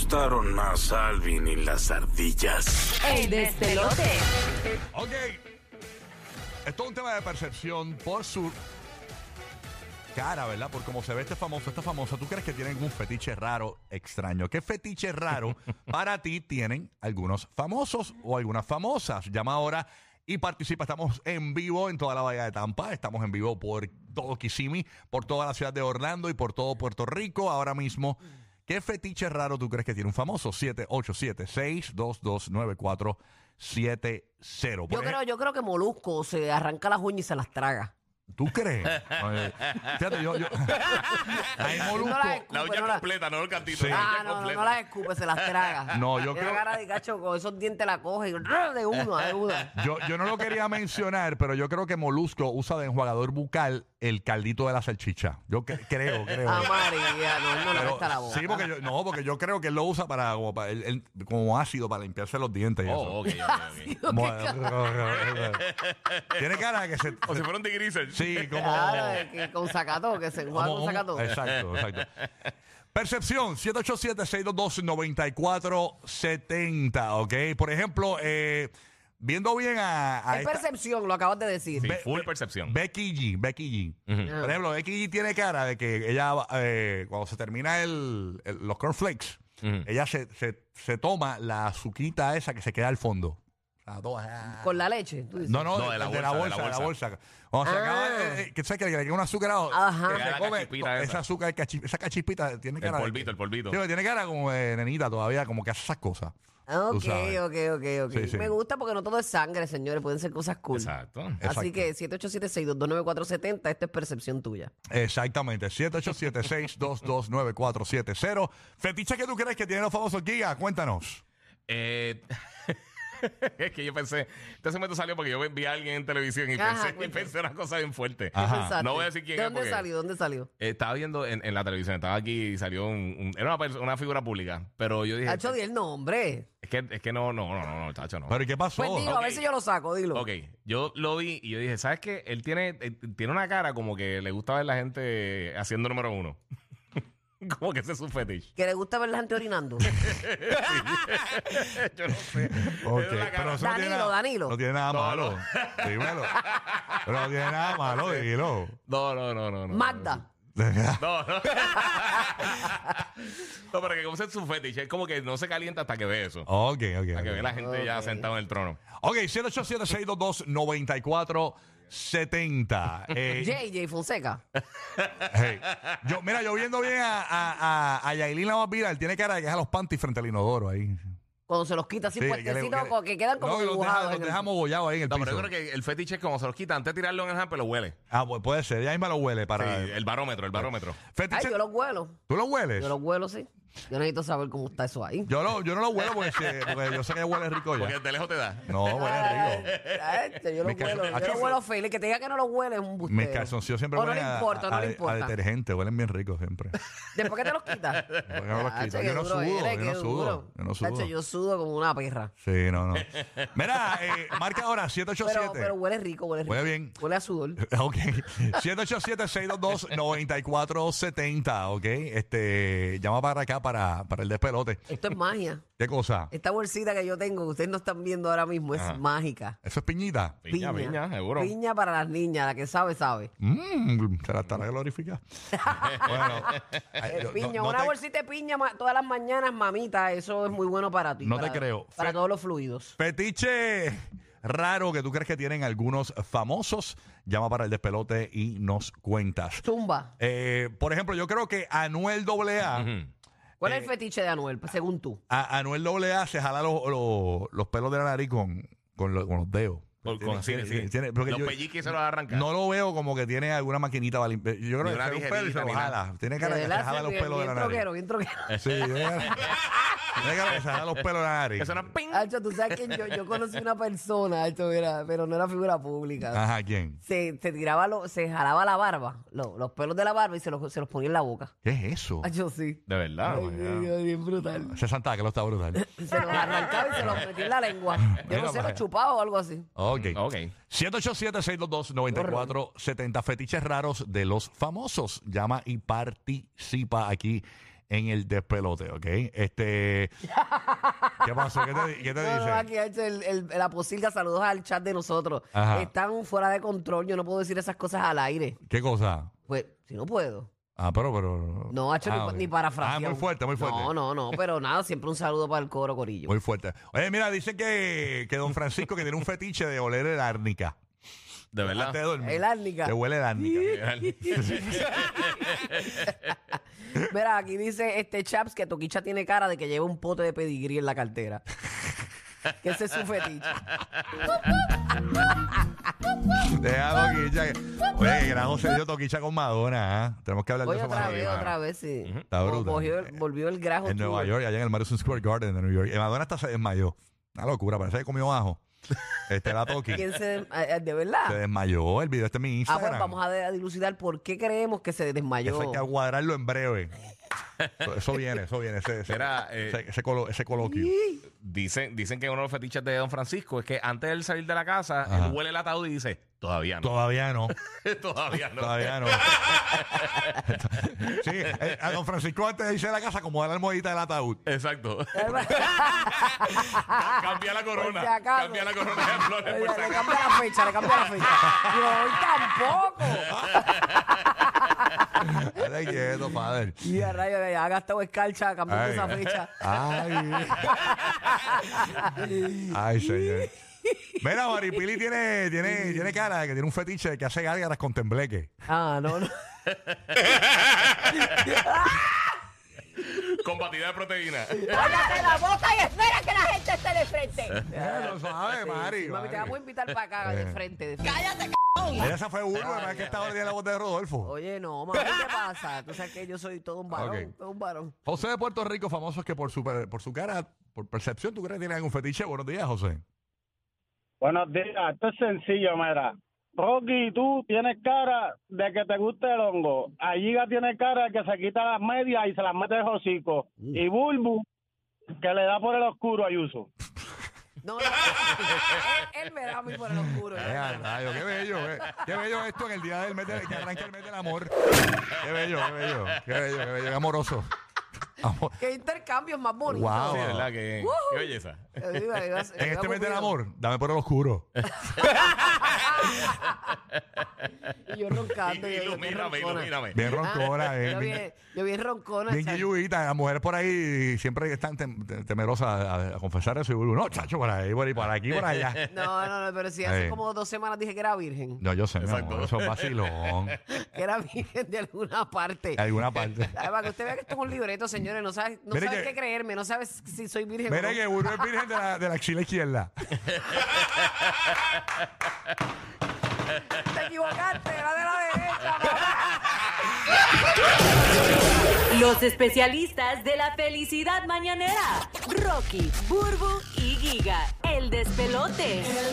gustaron más Alvin y las ardillas? El despelote. Ok. Esto es un tema de percepción por su cara, ¿verdad? Por cómo se ve este famoso, esta famosa. ¿Tú crees que tienen un fetiche raro extraño? ¿Qué fetiche raro para ti tienen algunos famosos o algunas famosas? Llama ahora y participa. Estamos en vivo en toda la bahía de Tampa. Estamos en vivo por todo Kissimmee, por toda la ciudad de Orlando y por todo Puerto Rico ahora mismo. ¿Qué fetiche raro tú crees que tiene un famoso? 787-622-9470. Yo Por creo, ej- yo creo que Molusco se arranca las uñas y se las traga. ¿Tú crees? Oye, Fíjate, yo... yo- Ay, Molusco. No las escupe, La uña no las- completa, no el cantito. Sí. la uña Ah, no, no, completa. no las escupe, se las traga. No, yo Tiene creo- cara de cacho con esos dientes la coge y de uno, de uno. Yo, yo no lo quería mencionar, pero yo creo que Molusco usa de enjuagador bucal el caldito de la salchicha. Yo cre- creo, creo. Ah, María, no, él no le Pero- resta la boca. sí, porque yo, no, porque yo creo que él lo usa para, como, para- él- él- como ácido para limpiarse los dientes. y eso. Oh, ok, ok, ok. Como- Tiene cara de que se. O si fuera un degreaser. Sí, como. Claro, es que con sacato, que se enjuaga Como con un- sacato. Exacto, exacto. Percepción, 787-622-9470, ¿ok? Por ejemplo, eh, viendo bien a, a Es esta- percepción, lo acabas de decir. Sí, Ve- full ve- percepción. Becky G, Becky G. Ah. Por ejemplo, Becky G tiene cara de que ella, eh, cuando se termina el, el- los cornflakes, Ujú. ella se, se, se toma la azuquita esa que se queda al fondo. La toma, ah. Con la leche, tú dices. No, no, No, de, la bolsa, de la bolsa. Cuando se Ah. acaba, eh, eh, que sabes que le llega un azucarado, Ajá. que Era se la come cachipita esa, esa. azúcar, cachi- esa cachispita tiene El cara. de que- polvito, el polvito. Sí, tiene cara como de nenita todavía, como que hace esas cosas. Tú Ok, sabes. ok, ok, ok. Sí, sí. Me gusta porque no todo es sangre, señores, pueden ser cosas cool. Exacto. Así Exacto. que 787-622-9470, esto es percepción tuya. Exactamente, 787-622-9470. Fetiche que tú crees que tienen los famosos gigas, cuéntanos. Eh, es que yo pensé, este segmento salió porque yo vi a alguien en televisión y Ajá, pensé, y cuéntame. pensé una cosa bien fuerte. Ajá. ¿Qué pensaste? No voy a decir quién ¿De es dónde porque- salió? ¿Dónde salió? Eh, Estaba viendo en, en la televisión, estaba aquí y salió un, un- era una, perso- una figura pública, pero yo dije, Hacho, di el nombre. es que, es que no, no, no, no, no, chacho, no. Pero ¿y qué pasó? Pues dilo, a ver ok. si yo lo saco, dilo. Ok, yo lo vi y yo dije, ¿sabes qué? Él tiene, eh, tiene una cara como que le gusta ver la gente haciendo número uno. como que ese es su fetiche. Que le gusta ver la gente orinando. yo no sé. Ok, Es la cara. pero eso no tiene Danilo, nada- Danilo. No tiene nada No, malo. Dímelo. Pero no tiene nada malo, dilo. No, no, no, no. no. Magda. No, no. no, pero que como ese es su fetiche, es como que no se calienta hasta que ve eso. ok, ok. Hasta que Ok, ve Ah, la gente ya Ok. sentada en el trono. Ok, 787-622-9470. Eh, JJ Fonseca. hey. yo, mira, yo viendo bien a, a, a, a Yailin la más viral, tiene cara de que deja los panties frente al inodoro ahí. Cuando se los quita así Sí, que le- puestecitos, que- como pues, que quedan como no, que los, deja, dibujados. los en el- dejamos bollados ahí en el No, piso. pero yo creo que el fetiche es como se los quita, antes de tirarlo en el hamper lo huele. Ah, pues puede ser. Ella misma lo huele Sí, para... Pues, el barómetro, el barómetro. Ay, Fetiche- yo los huelo. ¿Tú lo hueles? Yo los huelo, sí. Yo necesito saber cómo está eso ahí. Yo, lo, yo no lo huelo porque, se- porque yo sé que huele rico Porque ya. de lejos te da. No, huele rico. Ay, ay, yo los Mis calzon- huelo. Yo los Hacho, huelo feliz. Que te diga que no los huele es un bustero. Mis calzoncillos siempre O no huelen le a- importa, a, no a- le a importa. detergente, huelen bien ricos siempre. ¿Después qué te los quitas? Porque no los Hacho, quito. Ah, qué Yo no duro sudo, eres, yo qué no sudo, duro. yo no sudo. Hacho, yo sudo como una perra. Sí, no, no. Mira, eh, marca ahora, Pero, 787. pero huele rico, huele rico. Huele bien. Huele a sudor. Ok. 787-622-9470, ok. Este, llama para acá para, para el despelote. Esto es magia. ¿Qué cosa? Esta bolsita que yo tengo, que ustedes no están viendo ahora mismo, es mágica. ¿Eso es piñita? Piña, piña, seguro. Piña para las niñas, la que sabe, sabe. Mmm, se la estará glorificada. bueno. ay, Eh, yo- no- piña, no una te- bolsita de piña ma- todas las mañanas, mamita, eso es muy bueno para ti. No para- te creo. Para Fe- todos los fluidos. Fetiche raro que tú crees que tienen algunos famosos. Llama para el despelote y nos cuentas. Zumba. Eh, por ejemplo, yo creo que Anuel AA, Ujú. ¿Cuál Eh, es el fetiche de Anuel, pues, según tú? a- Anuel AA se jala los, los- los pelos de la nariz con, con, lo- con los dedos. Por- Tiene- con- sí, tiene- sí. tiene- porque Los yo- pelliquis se los arranca. No lo veo como que tiene alguna maquinita para limpiar. Yo Ni creo que una tiene un pelo y se tijerita, lo ni nada. jala. Tiene cara de que se verdad, jala sí, los bien- pelos de la bien nariz. troquero, bien troquero. Sí, tiene cara- tiene cara de que se jala los pelos de la nariz. Eso no ping. Hacho, tú sabes que yo, yo conocí una persona, hacho, mira, pero no era figura pública. Ajá, ¿quién? Se, se tiraba, lo- se jalaba la barba, lo- los pelos de la barba y se los, se los ponía en la boca. ¿Qué es eso? Hacho, sí. De Ah, verdad. Ay, ay, ay, bien brutal. Ese Santa que lo está brutal. Se los arrancaba y se los metía en la lengua. Yo Mira, no sé, vaya. los chupaba o algo así. Ok. Ok. 787-622-9470. Fetiches raros de los famosos. Llama y participa aquí en el despelote, ¿ok? Este. ¿Qué pasó? ¿Qué te, qué te No, no, dice? aquí, Hacho, el, el- la posilga, saludos al chat de nosotros. Ajá. Están fuera de control, yo no puedo decir esas cosas al aire. ¿Qué cosa? Pues, si no puedo. Ah, pero, pero. No, Hacho, ni Ah, pa- ok. ni, parafrasear. Ah, muy fuerte, muy fuerte. No, no, no, pero nada, siempre un saludo para el coro corillo. Muy fuerte. Oye, mira, dice que, que don Francisco que tiene un fetiche de oler el árnica. De verdad. Antes de dormir. El árnica. Te huele el árnica. Mira, aquí dice este Chaps que Toquicha tiene cara de que lleva un pote de pedigrí en la cartera. que ese es su fetiche. Deja Toquicha. que- Oye, que gran José dio Toquicha con Madonna. ¿ah? Tenemos que hablar Oye, de eso otra más vez, arriba. otra vez, sí. Está Como brutal. cogió el- volvió el grajo. En Nueva tour. York, allá en el Madison Square Garden de Nueva York. Y Madonna hasta se desmayó. Una locura, parece que comió ajo. Este la Toki. ¿Quién Se se, ah, ah, de verdad? desmayó. El video este es mi Ah, Instagram. pues vamos a de- a dilucidar por qué creemos que se desmayó. Eso hay que aguadrarlo en breve. Eso- Eso viene, eso viene. Ese, ese- Mira, eh, ese- ese colo- ese coloquio. Dicen, dicen que uno de los fetiches de Don Francisco es que antes de él salir de la casa, Ajá. él huele el ataúd y dice, todavía no. Todavía no. todavía no. Todavía no. sí, eh, a don Francisco antes de irse de la casa, como da la almohadita del ataúd. Exacto. Ca- cambia la corona. si acaso. cambia la corona de flores Oye, por si le acaso. cambia la fecha, le cambia la fecha. Yo hoy tampoco. Dale quieto, padre. Y a rayo, ha gastado escarcha cambiando Ay, esa ay. fecha. Ay. Ay, señor. Mira, Maripili tiene, tiene, tiene cara de que tiene un fetiche de que hace gárgaras con tembleque. Ah, no, no. Con batida de proteína. Cállate la boca y espera que la gente esté de frente. Eso Eh, sabe, Mari. Eh. Mami, te vamos a invitar para acá de frente. de frente. Cállate, Mira, esa fue uno, ¿verdad? que estaba en la voz de Rodolfo. Oye, no, mami, ¿qué pasa? Tú sabes que yo soy todo un varón, Ok. todo un varón. José de Puerto Rico, famoso es que por su, per- por su cara, por percepción, ¿tú crees que tiene algún fetiche? Buenos días, José. Buenos días, esto es sencillo, mira. Rocky, tú tienes cara de que te gusta el hongo. Alliga tiene cara de que se quita las medias y se las mete el hocico. Y Bulbu, que le da por el oscuro a Yuso. No, no. él, él me da a mí por el oscuro. Ay, a Eh, rayo, qué bello, eh. qué bello esto en el día del mes del- que arranca el mes del amor. Qué bello, qué bello, qué bello, qué bello, qué amoroso. Amor. Qué intercambios más bonitos. Eh, Wow. Sí, ¿verdad? Que, qué belleza. Yo iba- iba- En iba este mes del conmigo. amor, dame por el oscuro. Y yo roncando. yo- yo bien ilumíname, roncona. ilumíname. Bien Ah, roncona, eh, yo bien, bien, yo bien roncona. bien chacho. guilluita. Las mujeres por ahí siempre están tem- tem- temerosas a, a confesar eso. Y uno, no, chacho, por ahí, por ahí, por aquí, por allá. No, no, no, pero si hace Ey. como dos semanas dije que era virgen. No, yo sé, mi Exacto. amor, eso es vacilón. Que era virgen de alguna parte. De alguna parte. Ay, Para que usted vea que esto es un libreto, señores. No sabes, no Mire sabes que- qué creerme, no sabes si soy virgen o Mira no. que uno es virgen de la, de la axila izquierda. Te equivocaste, era de la derecha. mamá. Los especialistas de la felicidad mañanera. Rocky, Burbu y Giga. El despelote.